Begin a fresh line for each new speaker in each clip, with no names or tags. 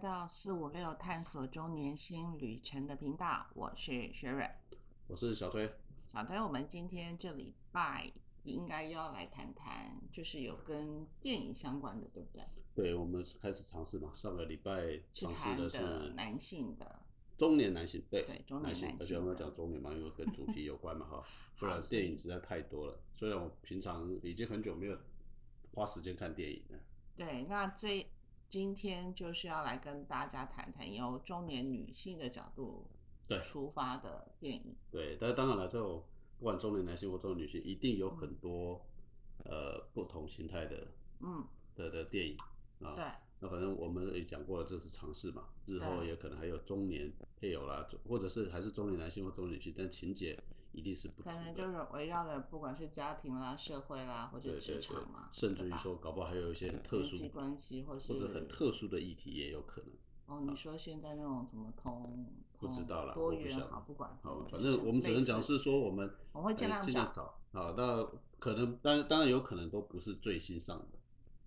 到四五六探索中年新旅程的频道，我是雪蕊。
我是小推。
小推，我们今天这礼拜应该又要来谈谈，就是有跟电影相关的，对不对？
对，我们开始尝试嘛，上个礼拜
是
尝试
谈
的是
男性的，
中年男性，对，
对中年
男性
男，
而且我
性
们要
的
讲中年嘛，因为跟主题有关 嘛哈，不然电影实在太多了。虽然我平常已经很久没有花时间看电影了，
对。那这今天就是要来跟大家谈谈由中年女性的角度
对
出发的电影，
对，但是当然了，这种不管中年男性或中年女性，一定有很多呃不同形态的
嗯，
的的电影啊，
对，
那反正我们也讲过了，这是尝试嘛，日后
对
也可能还有中年配偶啦，或者是还是中年男性或中年女性，但情节一定是不
可
同
能就
的。
是围绕着不管是家庭啦、社会啦，或者
对对
职
对
场嘛，，
甚至
对
于
吧
说，搞不好还有一些很特
人
殊
际关系或是
或者很特殊的议题也有可能。
哦，你说现在那种什么通
不知
通
道啦
多
我不
元
想
好不管，
好，反正我们只能讲，是说我们
我会尽
呃
量
尽量
讲，
找啊，那可能当然当然有可能都不是最新上的，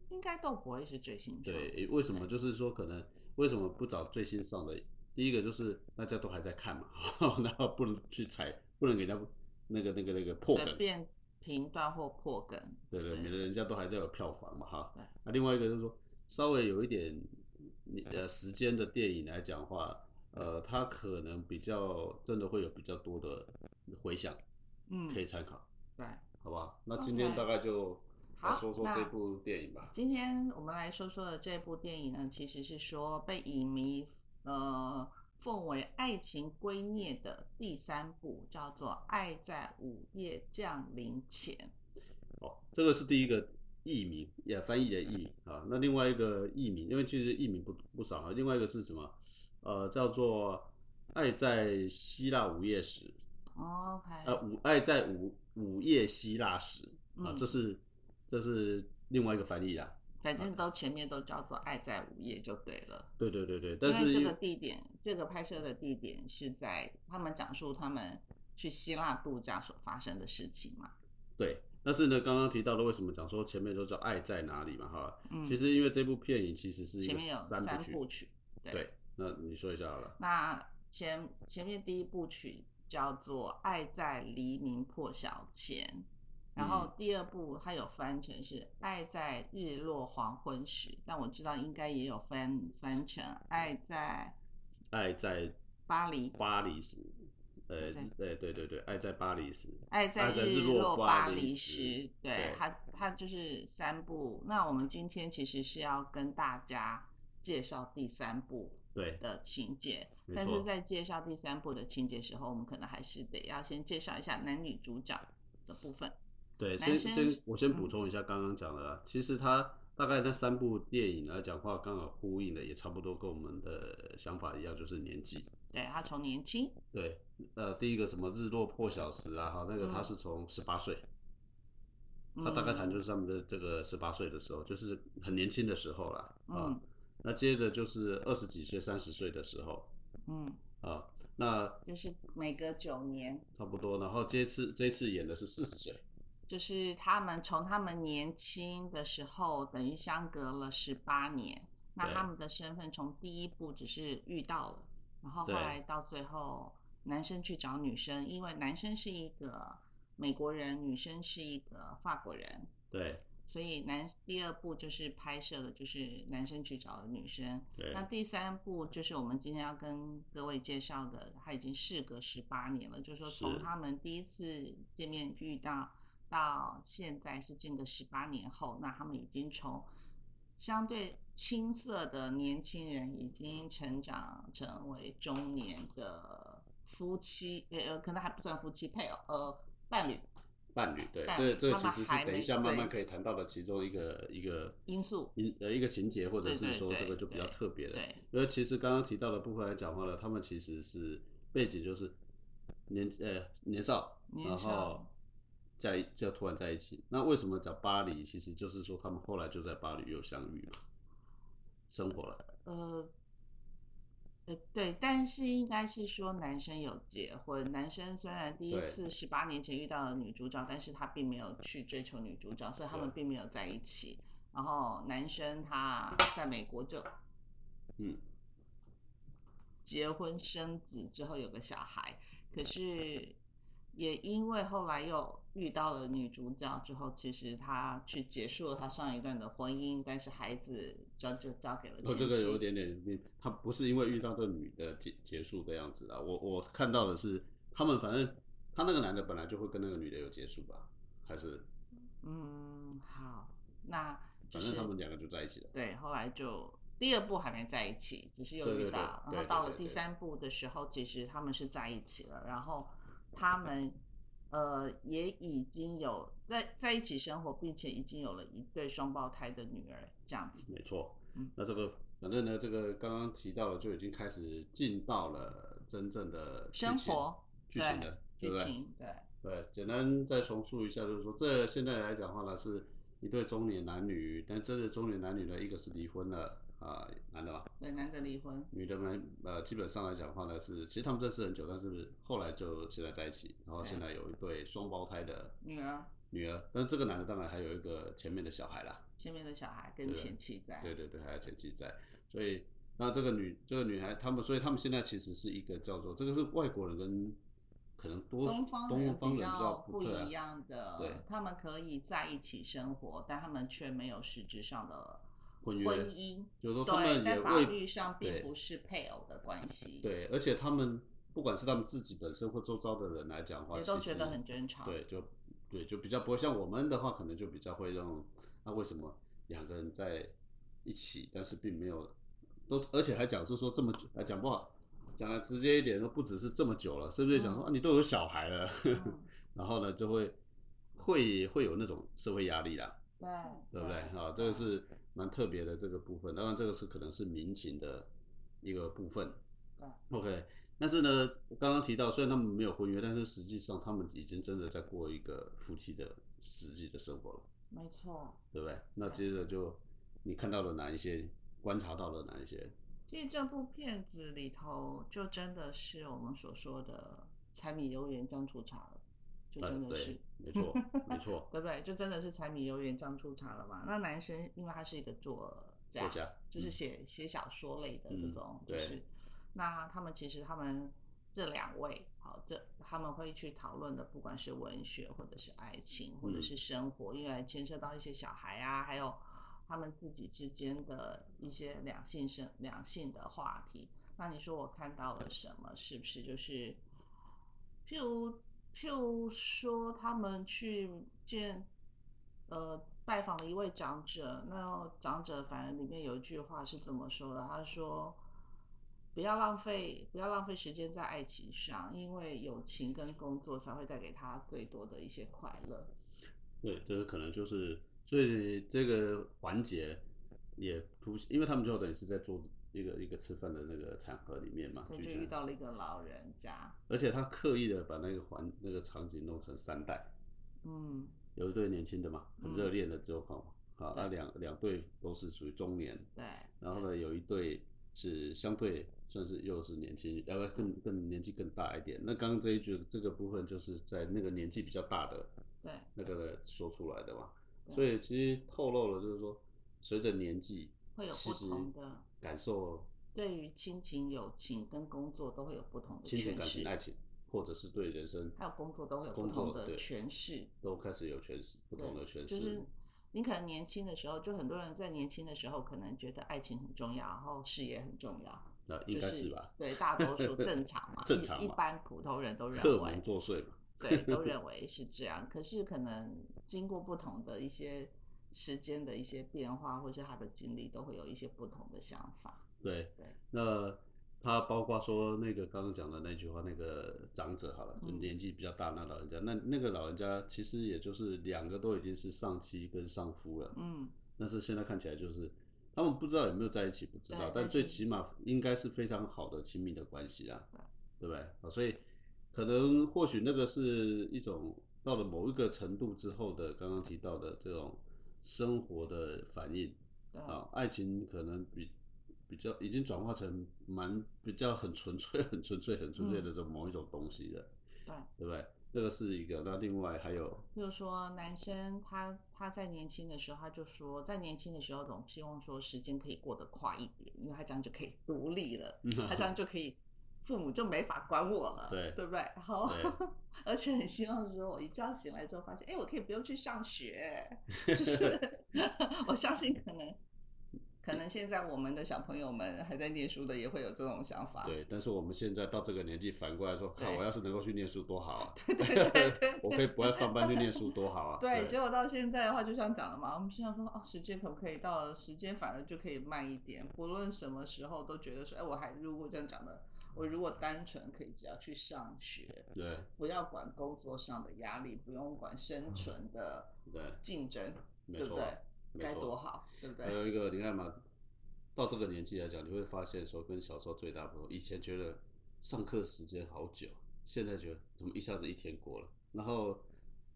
应该都不会是最新创。
对，为什么就是说可能为什么不找最新上的？第一个就是大家都还在看嘛， 然后不能去踩，不能给人家那个那个那个破
随
梗，
便评断或破梗，
对对，免得人家都还在有票房嘛哈
对。
那、另外一个就是说，稍微有一点你呃时间的电影来讲的话，呃，它可能比较真的会有比较多的回响
嗯，
可以参考，
对。
好不好？那今天
OK
大概就来
好
说说
那
这部电影吧。
今天我们来说说的这部电影呢，其实是说被影迷呃奉为爱情圭臬的第三部，叫做《爱在午夜降临前》。
哦，这个是第一个译名，也翻译的译啊。那另外一个译名，因为其实译名不不少啊。另外一个是什么？呃，叫做《爱在希腊午夜时》
OK，、
呃，午爱在午午夜希腊时啊，
嗯
这是这是另外一个翻译啦。
反正都前面都叫做《爱在午夜》就对了。
对对对对，但
因为
是
这
因
个地点，这个拍摄的地点是在他们讲述他们去希腊度假所发生的事情嘛。
对，但是呢，刚刚提到的为什么讲说前面都叫《爱在哪里》嘛哈，
嗯，
其实因为这部片影其实是一
前
个
面有
三
部
曲，
曲，对
对，那你说一下好了。
那前前面第一部曲叫做《爱在黎明破晓前》，然
嗯
后第二部它有翻成是《爱在日落黄昏时》，但我知道应该也有翻翻成《爱在
爱在
巴黎》《
巴黎时，呃，
对
对对对对，爱在巴黎时，
爱在
爱在
日
日落巴
巴
黎
黎
时
时，对
对
它它就是三部。那我们今天其实是要跟大家介绍第三部
对，
的情节，
没
但是
错
在介绍第三部的情节时候，我们可能还是得要先介绍一下男女主角的部分。
对，
男
先
生
先我先补
嗯
充一下刚刚讲的啦，其实它大概那三部电影来讲话，刚好呼应的也差不多跟我们的想法一样，就是年纪。
对他从年轻，
对，呃，第一个什么日落破晓时啊，哈，那个他
嗯
是从十八岁，他大概谈就是他们的这个十八岁的时候，就是很年轻的时候啦，啊，
嗯
那接着就是二十几岁、三十岁的时候
嗯，
啊，那
就是每隔九年，
差不多，然后这次这次演的是四十岁，
就是他们从他们年轻的时候，等于相隔了十八年。那
对
他们的身份从第一步只是遇到了，然后后
对
来到最后，男生去找女生，因为男生是一个美国人，女生是一个法国人，
对
所以男第二部就是拍摄的就是男生去找了女生。
对
那第三部就是我们今天要跟各位介绍的，他已经事隔十八年了，就是说从
是
他们第一次见面遇到到现在是间隔十八年后，那他们已经从相对青涩的年轻人，已经成长成为中年的夫妻，呃呃，可能还不算夫妻配偶，呃，伴侣
伴侣，对，
伴
这
侣
这
他
其
们
实
还
是等
没
一下慢慢
对
可以谈到的其中一个一个
因素，
一呃一个情节，或者
对
是
对
说这
对
个就比较
对
特别的。
对，
因为其实刚刚提到的部分来讲话呢，他们其实是背景就是年呃年少，
年
然
少
后在就突然在一起。那为什么讲巴黎？其实就是说他们后来就在巴黎又相遇嘛，生活了。
呃，呃，对，但是应该是说男生有结婚，男生虽然第一
对嗯
次十八年前遇到了女主角，但是他并没有去追求女主角，所以他们
对
并没有在一起。然后男生他在美国就
嗯，
结婚生子之后有个小孩，可是也因为后来又遇到了女主角之后，其实他去结束了他上一段的婚姻，但是孩子交就交给了
哦，
前
这个
妻。
有点点，他不是因为遇到这女的结结束的样子啊。我我看到的是，他们反正他那个男的本来就会跟那个女的有结束吧，还是
嗯，好，那就
反正
是
他们两个就在一起了。
对，后来就第二部还没在一起，只是有
对对
遇
对
到，然
对对
后到了
对
第
对
三部的时候，其实他们是在一起了，然后他们呃也已经有在在一起生活，并且已经有了一对双胞胎的女儿，这样子。
没错
嗯，
那这个反正呢，这个刚刚提到的就已经开始进到了真正的剧
生
情
活
剧情
对
的，
剧
对不对？
情对，
对，简单再重述一下，就是说，这现在来讲的话呢，是一对中年男女，但这对中年男女呢，一个是离婚了啊、男的嘛，
对男的离婚，
女的们呃，基本上来讲的话呢，是其实他们认识很久，但是后来就现在在一起，然后
对啊
现在有一对双胞胎的
女儿
女儿，但是这个男的当然还有一个前面的小孩啦，
前面的小孩跟
对
前妻在，
对对对，还有前妻在，所以那这个女这个女孩，他们所以他们现在其实是一个叫做这个是外国人跟可能多
东方
东方
比
人比较
较不
对啊
一样的，
对
他们可以在一起生活，但他们却没有实质上的
婚约
婚姻。
有时候他
对，
们
在
也
法
未
律上并
对
不是配偶的关系，，
对，而且他们不管是他们自己本身或周遭的人来讲的话，
也都
啊其
觉
实
得很正常。
对， 就对，就比较不会像我们的话，可能就比较会让那为什么两个人在一起，但是并没有都，而且还讲是说这么久，还哎讲不好，讲的直接一点，说不只是这么久了，甚至讲说、啊你都有小孩了，
嗯，
然后呢就会会会有那种社会压力啦，
对，
对不对？啊，这个是蛮特别的这个部分。当然，这个是可能是民情的一个部分。啊
对
OK，但是呢，刚刚提到，虽然他们没有婚约，但是实际上他们已经真的在过一个夫妻的实际的生活了，
没错。
对不对？那接着就你看到了哪一些，观察到了哪一些？
其实这部片子里头，就真的是我们所说的“柴米油盐酱醋茶”了，就
呃
真的是。
对，没 错，没错，
对不对？就真的是柴米油盐酱醋茶了嘛。那男生因为他是一个作家，
作家
就是
嗯
写写小说类的这
嗯
种，就
对
是那他们其实他们这两位，好，这他们会去讨论的，不管是文学或者是爱情或者
嗯
是生活，因为牵涉到一些小孩啊，还有他们自己之间的一些两性生两性的话题。那你说我看到了什么？是不是就是，譬如譬如说他们去见，呃，拜访了一位长者，那长者反正里面有一句话是怎么说的？他说。不要浪费，不要浪费时间在爱情上，因为友情跟工作才会带给他最多的一些快乐。
对，这个可能就是，所以这个环节也凸显，因为他们就等于是在做一个一个吃饭的那个场合里面嘛，
所以
聚
就
餐
遇到了一个老人家，
而且他刻意的把那个环那个场景弄成三代，
嗯，
有一对年轻的嘛，很热
嗯
恋的之后嘛，好，那
对
两两对都是属于中年，
对，
然后呢，有一对是相对算是又是年轻，要不更更年纪更大一点。那刚刚这一句这个部分就是在那个年纪比较大的
对，
那个说出来的嘛，
对
所以其实透露了就是说，随着年纪
会有
其
不
实
同的
感受
对于亲情、友情跟工作都会有不同的
亲情、
诠
感情、
释，
爱情，或者是对人生
还有工作都会有不
工作
同的
对
诠释。
都开始有诠释不同的诠释，
就是你可能年轻的时候，就很多人在年轻的时候可能觉得爱情很重要，然后事业很重要，
那
就
应该是吧？
对，大多 数正常嘛，
正常
一，一
嘛
般普通人都认
荷
为
蒙作祟嘛，
对， 都认为是这样。可是可能经过不同的一些时间的一些变化，或者他的经历，都会有一些不同的想法。
对
对，
那他包括说那个刚刚讲的那句话，那个长者好了，就
嗯
年纪比较大那老人家，那那个老人家其实也就是两个都已经是上妻跟上夫了，
嗯，
但是现在看起来就是他们不知道有没有在一起，不知道
对，
但
但
最
是
起码应该是非常好的亲密的关系啊，对不对？啊，所以可能或许那个是一种到了某一个程度之后的，刚刚提到的这种生活的反应。
对，
啊，爱情可能比比较已经转化成蛮比较很纯粹、很纯粹、很纯粹的这种某一种东西了，
对，
对不对？这个是一个。那另外还有
比如说，男生他他在年轻的时候，他就说，在年轻的时候总希望说时间可以过得快一点，因为他这样就可以独立了，
嗯
他这样就可以，父母就没法管我了，
对
对不对？然后
对
而且很希望说，我一觉醒来之后发现，哎，我可以不用去上 学，就是 我相信可能。可能现在我们的小朋友们还在念书的，也会有这种想法。
对，但是我们现在到这个年纪，反过来说，看
对
我要是能够去念书多好啊！
对对对对，
我可以不要上班去念书多好啊！
对，结
对
果到现在的话，就像讲了嘛，我们就想说，哦，时间可不可以到了？时间反而就可以慢一点，不论什么时候都觉得说，哎，我还如果这样讲的，我如果单纯可以只要去上学，
对
不要管工作上的压力，不用管生存的
对，
竞争，
没
对不
错，啊
对？
没
该
错呃
多好，对不
还
对？
有一个，你看嘛，到这个年纪来讲，你会发现说跟小时候最大不同。以前觉得上课时间好久，现在觉得怎么一下子一天过了。然后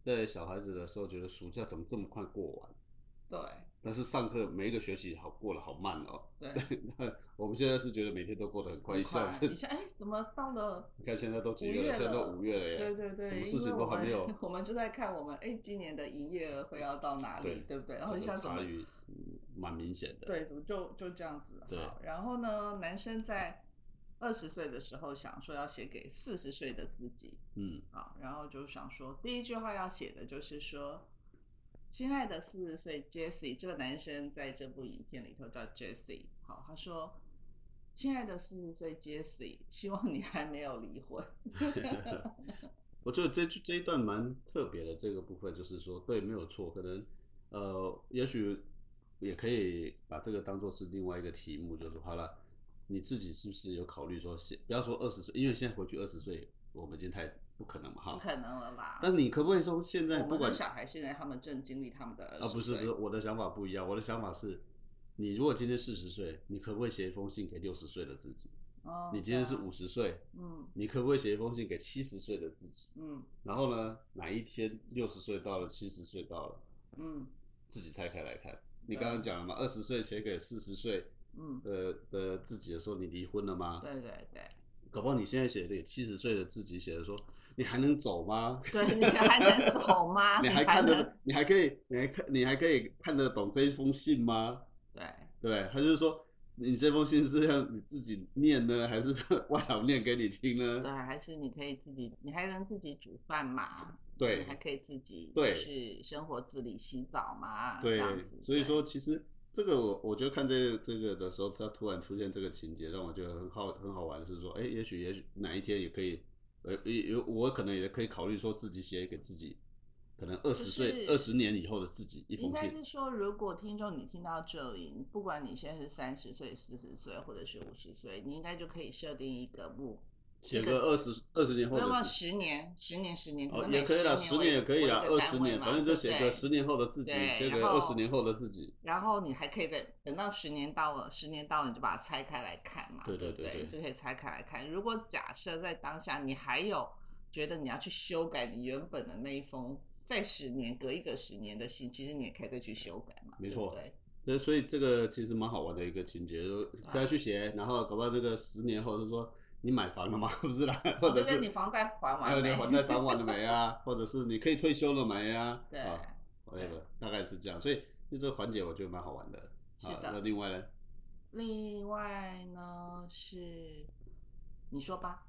在小孩子的时候，觉得暑假怎么这么快过完？
对
但是上课每一个学期好过得好慢哦。
对，
我们现在是觉得每天都过得很快，
很
一下
快
子
一下，哎，怎么到了？
你看现在都几
五
月
月
了？现在都
了
五月了耶，
对对对，
什么
因
事
为
情
我
都还没
们
有
我们就在看我们哎，今年的营业额会要到哪里，
对
对不对？然后一
这
下
个
怎么
差异嗯蛮明显的。
对，就就就这样子。
对
好，然后呢，男生在二十岁的时候想说要写给四十岁的自己，
嗯，
好，然后就想说第一句话要写的就是说，亲爱的四十岁 Jesse，这个男生在这部影片里头叫 Jesse，好，他说。亲爱的四十岁 Jesse，希望你还没有离婚。
我觉得这这一段蛮特别的，这个部分就是说，对，没有错，可能呃，也许也可以把这个当做是另外一个题目，就是说好了，你自己是不是有考虑说，现不要说二十岁，因为现在回去二十岁，我们已经太不可能嘛
不
哈。
可能了吧？
但你可不可以说现在
我
不
们
管
的小孩现在他们正经历他们的二十
啊，不是不是，我的想法不一样，我的想法是，你如果今天四十岁，你可不可以写一封信给六十岁的自己？
哦
你今天是
对啊
五十岁，
嗯
你可不可以写一封信给七十岁的自己？
嗯
然后呢，哪一天六十岁到了，七十岁到了，
嗯
自己拆开来看。你
对
刚刚讲了嘛，二十岁写给四十岁
嗯，
呃的自己的时候，你离婚了吗？
对对对。
搞不好你现在写给七十岁的自己，写的说你还能走吗？
对，你还能走吗？
你还
啊还
看
能
得，你还可以，你还看，你还可以看得懂这一封信吗？
对
对不对，他就是说，你这封信是让你自己念呢，还是让 外老念给你听
对，
呢？
还是你可以自己，你还能自己煮饭嘛？你
对
还可以自己
对
就是生活自理、洗澡嘛？啊这
对
样子。，
所以
对
说其实这个我我觉得看这这个的时候，它突然出现这个情节，让我觉得很好很好玩，是说，哎，也许也许哪一天也可以，呃，也有我可能也可以考虑说自己写给自己，可能二十岁
就
二
是
十年以后的自己一
应
封
该
信，
是说，如果听众你听到这里，不管你现在是三十岁、四十岁，或者是五十岁，你应该就可以设定一个目，
写
一
个
个
二十二十年后
不要
的
忘
自己。
十年、十年、十年，可
哦，
能
也
每
可以啦，
10
十
为
年也可以啦，
为一
二
个
十
单位
年，
嘛
反正就
对不
写
对
个十年后的自己，
对
写
然
个二
后
十年后的自己。
然后你还可以再等到十年到了，十年到了你就把它拆开来看嘛，
对对
对
对
不
对
就可以拆开来看。如果假设在当下你还有觉得你要去修改你原本的那一封，在十年隔一个十年的信，其实你也可以再去修改嘛，
没
对不
错
对
对，所以这个其实蛮好玩的一个情节，就不要去写，然后搞不好这个十年后就说你买房了吗？ 不是啦，或
哦
者
这跟
是
你房贷还
还
完
有你
没？
还贷还完了没啊？或者是你可以退休了没啊？
对，
啊，那个大概是这样，所以就这个环节我觉得蛮好玩的。
是
啊
的
那另外呢？
另外呢是，你说吧，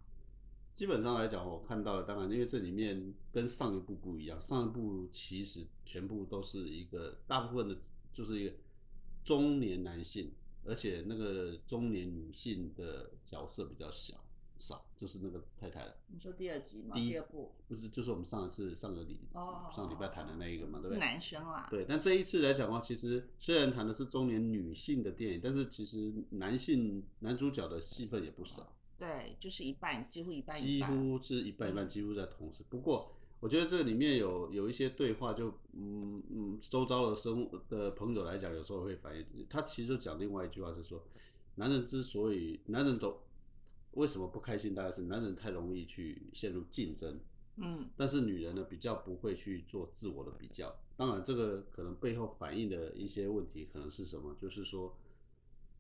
基本上来讲，我看到的当然，因为这里面跟上一部不一样，上一部其实全部都是一个大部分的，就是一个中年男性，而且那个中年女性的角色比较小少，就是那个太太了，
你说第二集嘛，
第一
第二部
不是就是我们上一次上个礼
哦
上礼拜谈的那一个嘛，对
是
不对？
男生啦，
对，但这一次来讲的话，其实虽然谈的是中年女性的电影，但是其实男性男主角的戏份也不少。
对，就是一半，几乎一半一
几
半，
乎是一半一半，
嗯
几乎在同时。不过，我觉得这里面有有一些对话就，嗯嗯，周遭的生的朋友来讲，有时候会反映，他其实就讲另外一句话是说，男人之所以男人都为什么不开心，大概是男人太容易去陷入竞争，
嗯，
但是女人呢比较不会去做自我的比较。当然，这个可能背后反映的一些问题可能是什么，就是说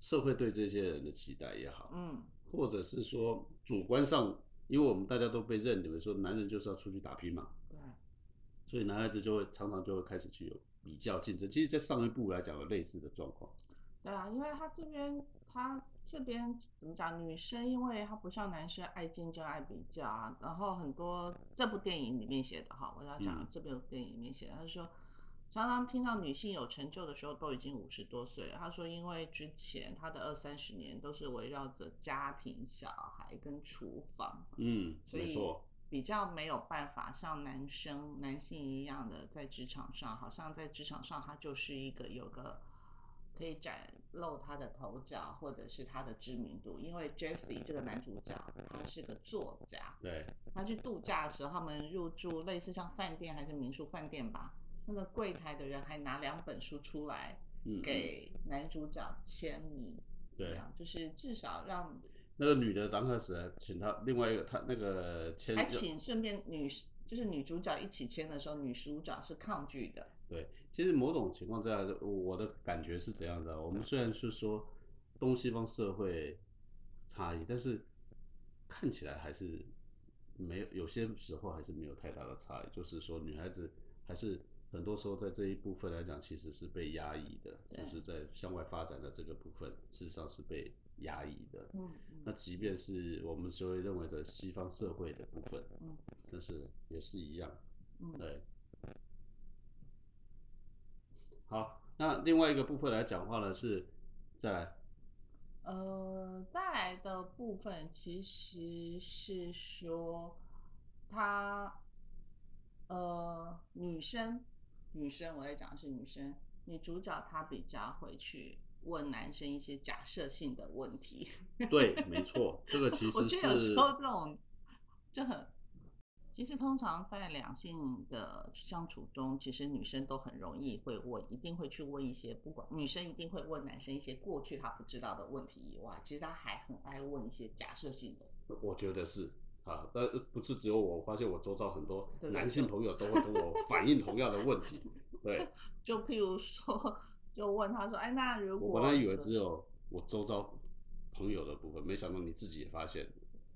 社会对这些人的期待也好，
嗯
或者是说主观上因为我们大家都被认为说男人就是要出去打拼嘛，
对，
所以男孩子就会常常就会开始去有比较竞争。其实，在上一步来讲有类似的状况，
对啊，因为他这边他这边怎么讲？女生因为她不像男生爱竞争、爱比较啊，然后很多这部电影里面写的哈，我要讲
嗯
这部电影里面写的，他说常常听到女性有成就的时候都已经五十多岁了。他说，因为之前他的二三十年都是围绕着家庭、小孩跟厨房，
嗯，
所
没
以
错，
比较没有办法像男生、男性一样的在职场上，好像在职场上他就是一个有个可以展露他的头角或者是他的知名度。因为 Jesse 这个男主角他是个作家，
对，
他去度假的时候，他们入住类似像饭店还是民宿饭店吧，那个柜台的人还拿两本书出来
嗯，
给男主角签名，这
对。
样就是至少让
那个女的刚开始还请他另外一个他那个签
还哎请顺便女就是女主角一起签的时候，女主角是抗拒的。
对，其实某种情况下，我的感觉是怎样的？我们虽然是说东西方社会差异，但是看起来还是没有，有些时候还是没有太大的差异。就是说，女孩子还是很多时候在这一部分来讲，其实是被压抑的，
对
就是在向外发展的这个部分，事实上是被压抑的。
嗯，
那即便是我们所谓认为的西方社会的部分，
嗯，
但是也是一样，
嗯
对。好，那另外一个部分来讲的话呢，是在
呃，再来的部分其实是说，她呃女生，女生我在讲的是女生，女主角她比较会去问男生一些假设性的问题。
对，没错，这个其
我
实
觉得有
是
时候这种就很，其实通常在两性的相处中，其实女生都很容易会问，一定会去问一些不管女生一定会问男生一些过去他不知道的问题以外，其实他还很爱问一些假设性的。
我觉得是啊，但不是只有我，我发现我周遭很多
对
男
没
性
错
朋友都会跟 我反映同样的问题。对，
就譬如说，就问他说：“哎，那如果
我本来以为
怎
只有我周遭朋友的部分，没想到你自己也发现。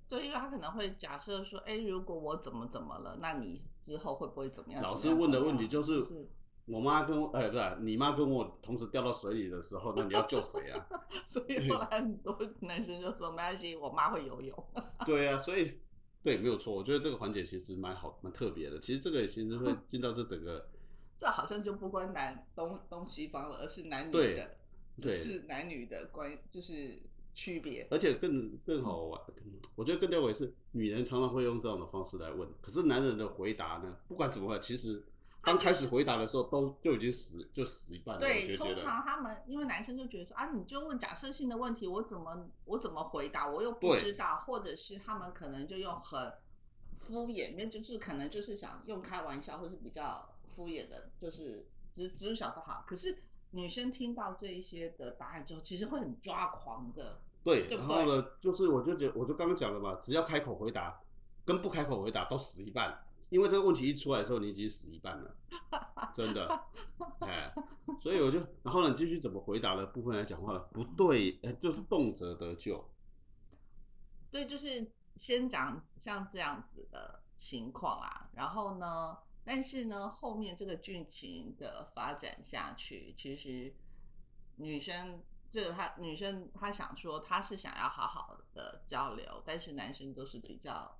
对，因为他可能会假设说，哎，如果我怎么怎么了，那你之后会不会怎么样？
老
怎
师
么样
问的
怎么
问题
样
就是
是，
我妈跟我，哎、不是你妈跟我同时掉到水里的时候，那你要救谁啊？
所以后来很多男生就说没关系，我妈会游泳。”
对啊，所以对，没有错。我觉得这个环节其实蛮好，蛮特别的。其实这个也其实会进到这整个，
这好像就不关男东东西方了，而是男女
对
的，只
对
是男女的关就是区别。
而且更更好玩。我觉得更吊诡是，女人常常会用这种的方式来问，可是男人的回答呢，不管怎么问，其实当开始回答的时候，都就已经死就死一半了。嗯我
对，
就觉
通
得
常他们因为男生就觉得说啊，你就问假设性的问题，我怎么我怎么回答，我又不
对
知道，或者是他们可能就用很敷衍，因为就是可能就是想用开玩笑，或是比较敷衍的，就是只只是想说好。可是女生听到这一些的答案之后，其实会很抓狂的。
对。
对
然
不
后呢，就是我就觉得，我就刚刚讲了嘛，只要开口回答，跟不开口回答都死一半。因为这个问题一出来的时候，你已经死一半了，真的。哎，所以我就，然后呢，你继续怎么回答的部分来讲话呢？不对，哎就是动辄得咎。
对，就是先讲像这样子的情况啊，然后呢，但是呢，后面这个剧情的发展下去，其实女生这个她女生她想说她是想要好好的交流，但是男生都是比较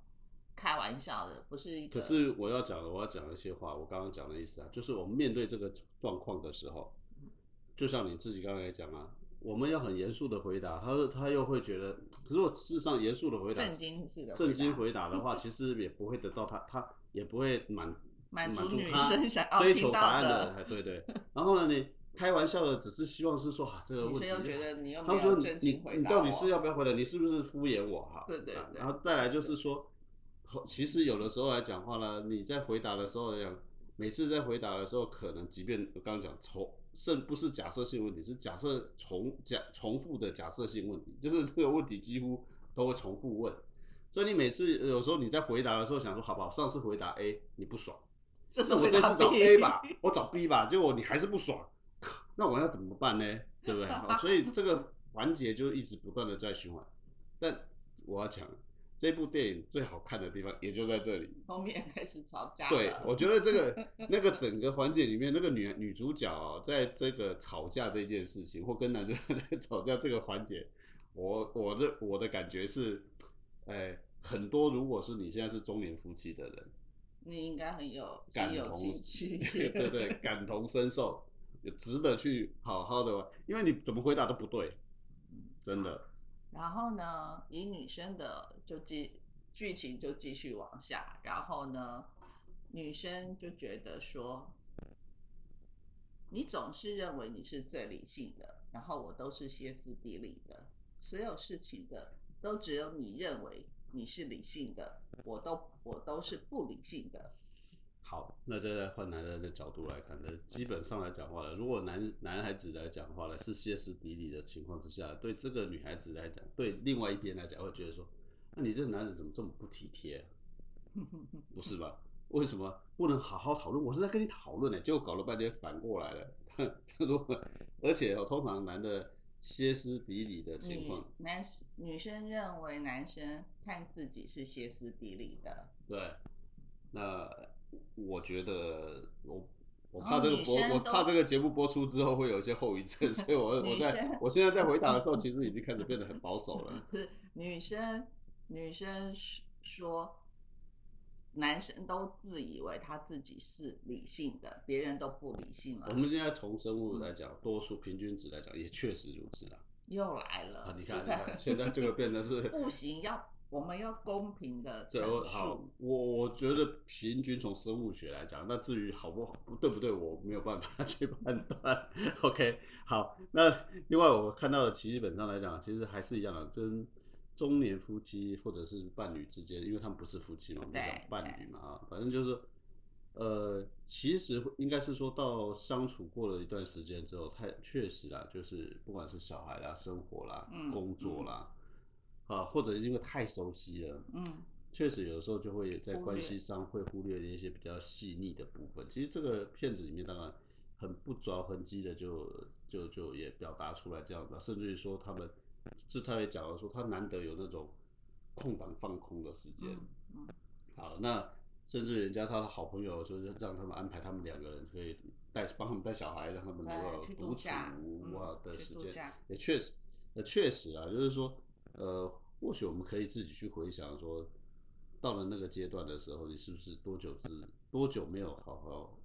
开玩笑的，不是一个
可是我要讲的，我要讲的一些话，我刚刚讲的意思啊，就是我们面对这个状况的时候，就像你自己刚才讲啊，我们要很严肃的回答，他他又会觉得，可是我事实上严肃的回答，
震惊式的
正经
回答
回答的话， 其实也不会得到他，他也不会满
满足
满足
女
她
生想要
追
听
求答
到
案的，哎对对。然后呢，你开玩笑的，只是希望是说啊，这个问
女
题
生又觉得你又
他
没
们说
有
你
正经
你
回
你
答
到底
我
是
啊
要不要回来？你是不是敷衍我哈？
对对
啊
对
然后再来就是说，后其实有的时候来讲话呢，你在回答的时候来讲，每次在回答的时候，可能即便我刚刚讲重，甚不是假设性问题，是假设重假重复的假设性问题，就是这个问题几乎都会重复问。所以你每次有时候你在回答的时候想说，好吧，我上次回答 A 你不爽，
这是
那我
回
这
答
次找
B
A 吧，我找 B 吧，结果你还是不爽， 那我要怎么办呢？对不对？好所以这个环节就一直不断的在循环。但我要讲，这部电影最好看的地方也就在这里。
后面开始吵架
对，
了。
我觉得这 个那个整个环节里面，那个女女主角、哦、在这个吵架这件事情，或跟男主角 在吵架这个环节，我我的我的感觉是，哎，很多如果是你现在是中年夫妻的人，
你应该很有
感
心有
同
戚戚
对 对对，感同身受，也值得去好好的玩，因为你怎么回答都不对，真的。
然后呢，以女生的就继剧情就继续往下，然后呢，女生就觉得说，你总是认为你是最理性的，然后我都是歇斯底里的，所有事情的都只有你认为你是理性的，我都我都是不理性的。
好，那再来换男人的角度来看呢，基本上来讲话呢，如果男男孩子来讲话呢，是歇斯底里的情况之下，对这个女孩子来讲，对另外一边来讲，会觉得说，那你这个男人怎么这么不体贴啊、不是吧？为什么不能好好讨论？我是在跟你讨论呢，结果搞了半天反过来了。 如果 而且哦、通常男的歇斯底里的情
女
况，
男女生认为男生看自己是歇斯底里的，
对，那我觉得我我
然
怕
后
这个
哦女
播，
生
我
都
怕这个节目播出之后会有一些后遗症，所以我我
女
在
生嗯
我现在在回答的 时候，其实已经开始变得很保守了。
是女生女生说，男生都自以为他自己是理性的，别人都不理性
我
了，
们现在从生物来讲，多数平均值来讲，也确实如此啦。
又来了。
啊，你
现
看，你看，现在这个变得是
不行，要我们要公平的
这
陈
个好
述。，
我我觉得平均从生物学来讲，那至于好不好对不对，我没有办法 去判断。OK，好，那另外我看到的，其实本上来讲，其实还是一样的，跟中年夫妻或者是伴侣之间，因为他们不是夫妻嘛，我们就
对
讲伴侣嘛啊，反正就是。呃，其实应该是说到相处过了一段时间之后，太确实啦，就是不管是小孩啦、生活啦、
嗯
工作
嗯
啦，啊，或者是因为太熟悉了，
嗯，
确实有的时候就会在
忽略
关系上会忽略一些比较细腻的部分。其实这个片子里面当然很不着痕迹的就就就也表达出来这样的，甚至于说他们是他也讲了说他难得有那种空档放空的时间。
嗯
好，那甚至人家他的好朋友就是让他们安排他们两个人可以带帮他们带小孩，让他们能够
对去
独
度
处
假
啊
嗯
的
去
时
度
间
假，
也确实，呃，确实啊，就是说，呃，或许我们可以自己去回想说，到了那个阶段的时候，你是不是多久之多久没有好好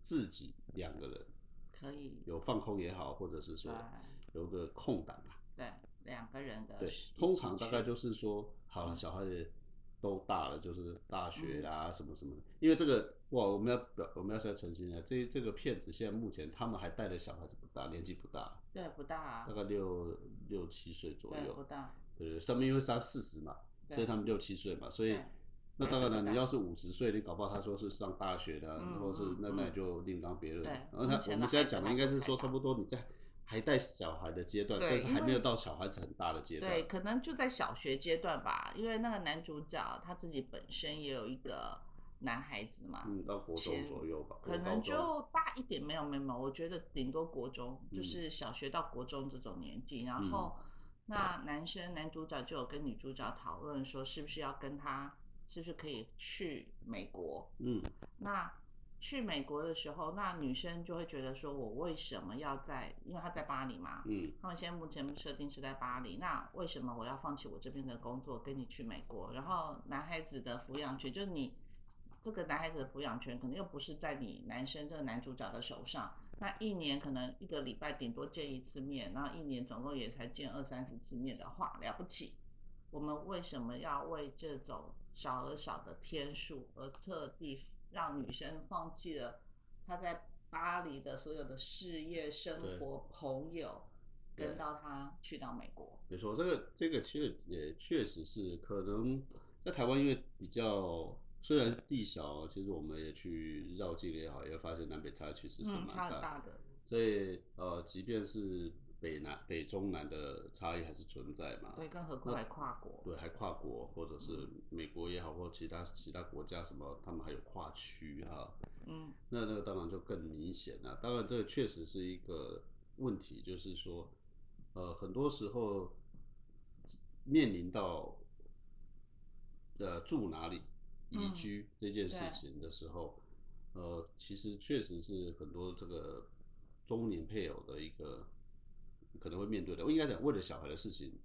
自己两个人
可以。
有放空也好，或者是说
对
有个空档啊，
对，两个人啊的
对
时，
通
一起
常大概
去
就是说，好了，
嗯
小孩也都大了，就是大学啦、什么什么的。因为这个哇，我们要表我们要再澄清啊，这这个骗子现在目前他们还带的小孩子不大，年纪不大，
对不大啊
大，概六六七岁左
对啊不
右，
大，
对对，上面因为上四十嘛，
对
所以他们六七岁嘛，所以
对。
那当然
对
了，
对
你要是五十岁，你搞不好他说是上大学的啊，
嗯
或者是
嗯
那
嗯
那也就另当别论。
对
然后
目
他
前
我
的
们现在
孩子
讲的
还
应该
不
是
太
说，
大
差不多你在还带小孩的阶段，
对
但是还
因
没有
为
到小孩子很大的阶段。
对，可能就在小学阶段吧，因为那个男主角他自己本身也有一个男孩子嘛，
嗯，到国中
前
左右吧，
可
国
能
高中
就大一点没有没有，没有我觉得顶多国中，就
嗯
是小学到国中这种年纪。然
嗯
后那男生男主角就有跟女主角讨论说，是不是要跟他，是不是可以去美国？
嗯，
那去美国的时候，那女生就会觉得说，我为什么要在？因为他在巴黎嘛，
嗯
他们现在目前设定是在巴黎，那为什么我要放弃我这边的工作，跟你去美国？然后男孩子的抚养权，就是你这个男孩子的抚养权，可能又不是在你男生这个男主角的手上。那一年可能一个礼拜顶多见一次面，然后一年总共也才见二三十次面的话，了不起。我们为什么要为这种小而小的天数而特地让女生放弃了她在巴黎的所有的事业、
对
生活、朋友，
对
跟到她去到美国？
没错，这个这个其实也确实是可能在台湾，因为比较虽然地小，其实我们也去绕境也好，也发现南北差其实是
嗯，
蛮
差
大
很
的。
大的，
所以呃，即便是北南北中南的差异还是存在嘛，
对，更何况还跨国，
对，还跨国或者是美国也好，或其他其他国家什么，他们还有跨区啊哈、
嗯，
那那个当然就更明显了。当然，这个确实是一个问题，就是说，呃，很多时候面临到呃住哪里、宜
嗯
居这件事
对
情的时候，呃，其实确实是很多这个中年配偶的一个可能会面对的，我应该讲为了小孩的事情，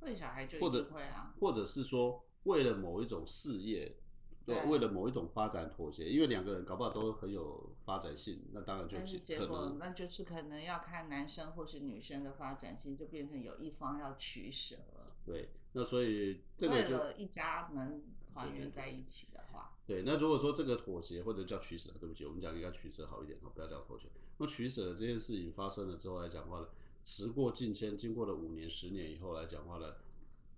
为小孩就
或
一
者
定会啊，
或者是说为了某一种事业，
对
为了某一种发展妥协，因为两个人搞不好都很有发展性，那当然就
但
其
是结
可
果
能
那就是可能要看男生或是女生的发展性，就变成有一方要取舍了。
对，那所以这个
为
就
了一家能团
对对
圆
对
在一起的话，
对，那如果说这个妥协或者叫取舍，对不起，我们讲应该取舍好一点哦，不要叫妥协。那取舍这件事情发生了之后来讲话呢，时过境迁，经过了五年、十年以后来讲话呢，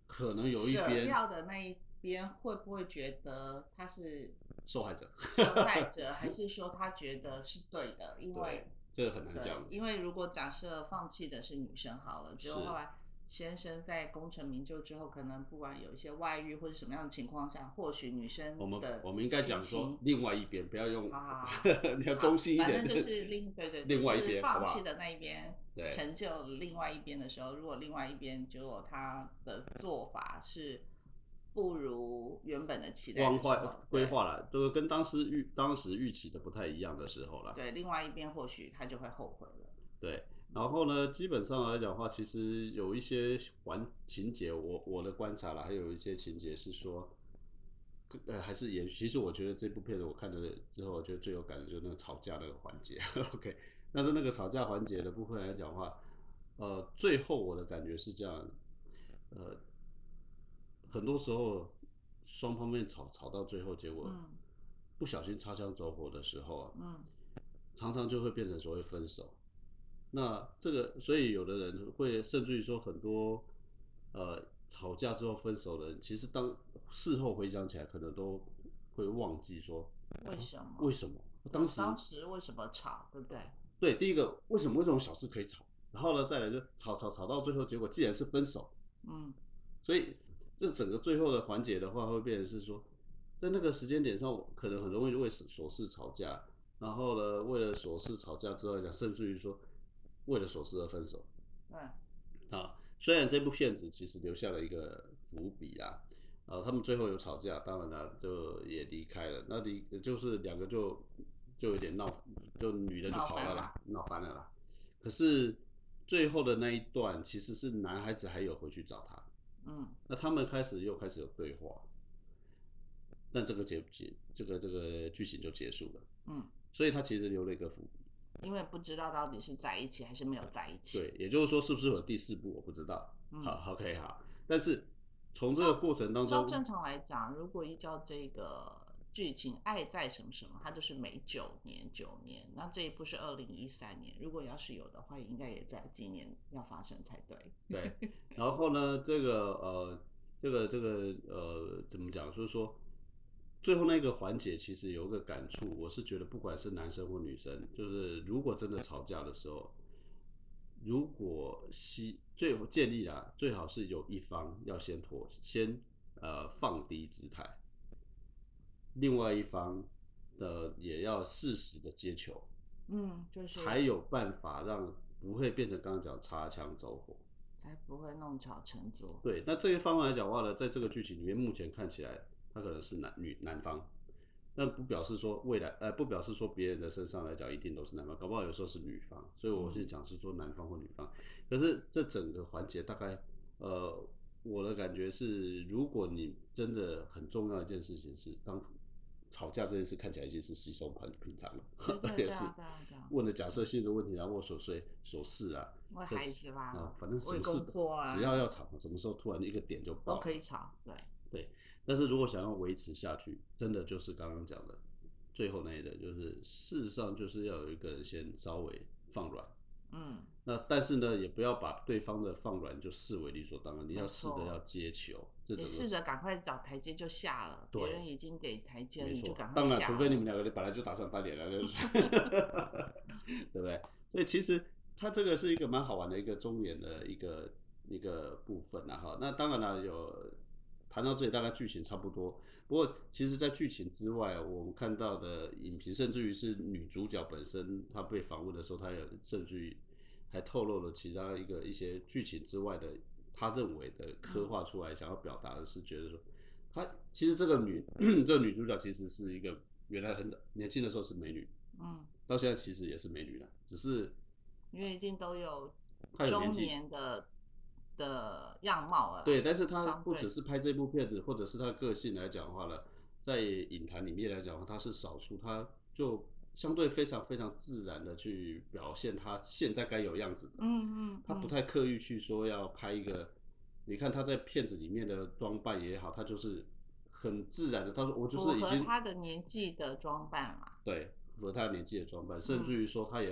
可能有一
舍
边
掉的那一边会不会觉得他是
受害者，
受害者，还是说他觉得是对的？因为
这个很难
对
讲，。
因为如果假设放弃的是女生好了，之后
是
后来先生在功成名就之后，可能不管有一些外遇或者什么样的情况下，或许女生
我们
的
我们应该讲
心
说
情
另外一边，不要用
好好，
你 要中性一点，
反正就是另对 对对
另外一
就是
边，好
放
不
弃
好？
的那一边
对
成就另外一边的时候，如果另外一边结果他的做法是不如原本的期待的
光
时候
划规划了，都跟当时预当时预期的不太一样的时候了。
对对另外一边或许他就会后悔了。
对，然后呢，基本上来讲的话，其实有一些环情节，我我的观察啦，还有一些情节是说，呃，还是也，其实我觉得这部片子我看了之后，我觉得最有感的就是那个吵架那个环节。OK，但是那个吵架环节的部分来讲的话，呃，最后我的感觉是这样，呃，很多时候双方面吵吵到最后，结果
嗯
不小心擦枪走火的时候啊，
嗯，
常常就会变成所谓分手。那这个，所以有的人会甚至于说很多，呃，吵架之后分手的人，其实当事后回想起来，可能都会忘记说
为什么？
为什么当时
当时为什么吵，对不对？
对第一个为什么为这种小事可以吵，然后呢再来就吵吵吵到最后，结果既然是分手，
嗯，
所以这整个最后的环节的话，会变成是说，在那个时间点上，我可能很容易为琐事吵架，然后呢，为了琐事吵架之后来讲，甚至于说为了琐事而分手
对，
啊。虽然这部片子其实留下了一个伏笔啊，呃，他们最后有吵架，当然了，就也离开了。那离就是两个就就有点闹，就女的就跑了啦，闹翻了啦。可是最后的那一段，其实是男孩子还有回去找她，
嗯
那他们开始又开始有对话，那这个结结这个这个剧情就结束了。
嗯，
所以他其实留了一个伏笔，
因为不知道到底是在一起还是没有在一起。
对，也就是说是不是有第四部我不知道。
嗯，
好，OK，好。但是从这个过程当
照
中，
正常来讲，如果依照这个剧情，爱在什么什么，它就是每九年九年。那这一部是二零一三年，如果要是有的话，应该也在今年要发生才对。
对，然后呢，这个呃，这个这个呃，怎么讲？就是说，最后那个环节其实有一个感触，我是觉得不管是男生或女生，就是如果真的吵架的时候，如果希最后建议啦，最好是有一方要先妥，先呃放低姿态，另外一方的也要适时的接球，
嗯，就是
才有办法让不会变成刚刚讲擦枪走火。
才不会弄巧成拙。
对，那这一方来讲的话呢，在这个剧情里面，目前看起来他可能是男女男方，但不表示说未来，呃，不表示说别人的身上来讲一定都是男方，搞不好有时候是女方，所以我
嗯
是讲是说男方或女方。可是这整个环节大概，呃，我的感觉是，如果你真的很重要的一件事情是，当吵架这件事看起来已经是稀松平平常了，
对对
也
对
是
啊对啊对啊
问了假设性的问题，然后我琐碎琐事啊，
为
这
孩
是
子啦，
啊，反正什
为
么事
工作啊
只要要吵，什么时候突然一个点就
都
爆了
可以吵。对，
但是如果想要维持下去，真的就是刚刚讲的最后那一点，就是事实上就是要有一个人先稍微放软。
嗯，
那但是呢，也不要把对方的放软就视为理所当然，你要试
没
着
错
要接球，这
你
整个
试
是
着赶快找台阶就下了，别
对
人已经给台阶了，
没
你就
错
赶，快
当
下
然，
了。
除非你们两个本来就打算翻脸了，对不 对？对不对？所以其实它这个是一个蛮好玩的一个中年的一个一个部分啊哈。那当然了，有谈到这里，大概剧情差不多。不过其实，在剧情之外，啊我们看到的影评，甚至于是女主角本身，她被访问的时候，她有甚至于还透露了其他一个一些剧情之外的，她认为的刻画出来，想要表达的是觉得说。他她其实这个女 这个女主角其实是一个原来很年轻的时候是美女，
嗯，
到现在其实也是美女了，只是
因为一定都有
她有年
中
纪。
年的的样貌了啦。
对，但是她
相
不
对
只是拍这部片子，或者是她个性来讲的话呢，在影坛里面来讲的话，她是少数，她就相对非常非常自然的去表现她现在该有样子的。
嗯，嗯嗯，
他不太刻意去说要拍一个，你看他在片子里面的装扮也好，他就是很自然的，他说我就
符
是已
合
经
他的年纪的装扮啦。
对符合他的年纪的装扮，
嗯
甚至于说他也，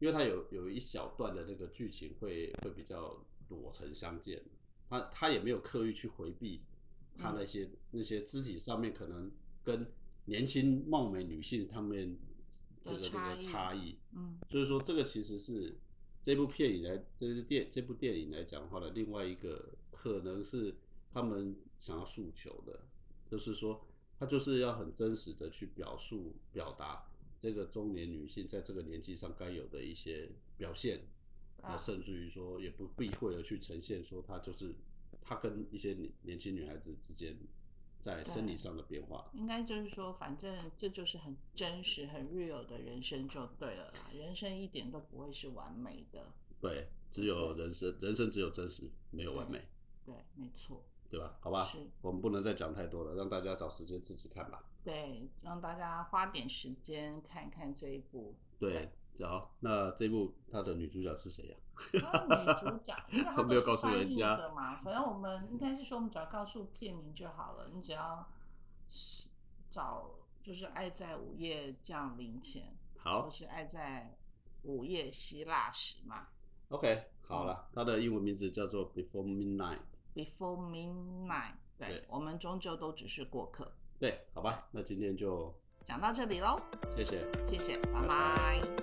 因为他有有一小段的那个剧情会会比较裸呈相见，他他也没有刻意去回避
嗯
他那些、那些肢体上面可能跟年轻貌美女性她们这
的
个这
差
个
异
差异，
嗯
所以说这个其实是这部片以来，这是电这部电影来讲的话的另外一个可能是他们想要诉求的，就是说他就是要很真实的去表述表达这个中年女性在这个年纪上该有的一些表现，那
啊
甚至于说也不避讳的去呈现说她就是她跟一些年年轻女孩子之间在生理
对
上的变化，
应该就是说，反正这就是很真实、很 real 的人生就对了啦。人生一点都不会是完美的，
对，只有人生人生只有真实，没有完美。
对，没错，
对吧？好吧
是，
我们不能再讲太多了，让大家找时间自己看吧。
对，让大家花点时间看看这一部。
对，好，那这部它的女主角是谁呀、
那女主角，因为
都
她
没有告诉人家
的嘛，反正我们应该是说，我们只要告诉片名就好了，你只要是找就是《爱在午夜降临前》，或
好
是《爱在午夜希腊时》嘛，
，OK，好了，它的英文名字叫做 Before Midnight。
《Before Midnight》。对
对，
我们终究都只是过客。
对，好吧，那今天就
讲到这里喽，
谢谢。
谢谢，拜
拜拜
拜